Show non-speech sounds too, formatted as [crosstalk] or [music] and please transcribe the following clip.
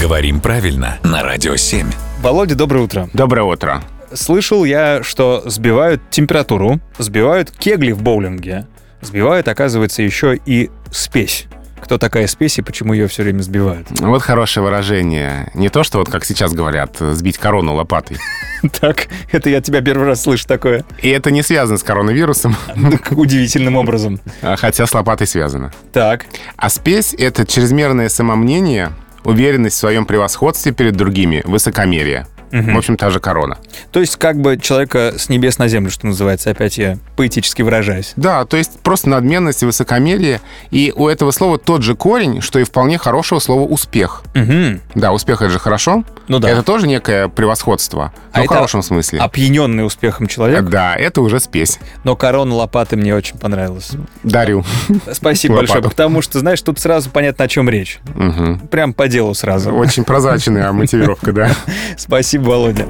Говорим правильно на Радио 7. Володя, доброе утро. Доброе утро. Слышал я, что сбивают температуру, сбивают кегли в боулинге, сбивают, оказывается, еще и спесь. Кто такая спесь и почему ее все время сбивают? Вот хорошее выражение. Не то, что вот как сейчас говорят, сбить корону лопатой. [laughs] Так, это я тебя первый раз слышу такое. И это не связано с коронавирусом, [laughs] Так, [laughs] удивительным образом. а хотя с лопатой связано. Так, А спесь — это чрезмерное самомнение, уверенность в своем превосходстве перед другими, высокомерие. В общем, та же корона. то есть как бы человека с небес на землю, что называется, опять я поэтически выражаюсь. Да, то есть просто надменность и высокомерие. И у этого слова тот же корень, что и вполне хорошего слова «успех». Угу. Да, успех — это же хорошо. Ну да. Это тоже некое превосходство, А но в это хорошем смысле. Опьяненный успехом человек, Да, это уже спесь. но корона лопаты мне очень понравилась. Дарю. Спасибо Лопату. большое, потому что, знаешь, тут сразу понятно, о чем речь. Мгм. Прям по делу сразу. Очень прозрачная мотивировка, да. Спасибо, Володя.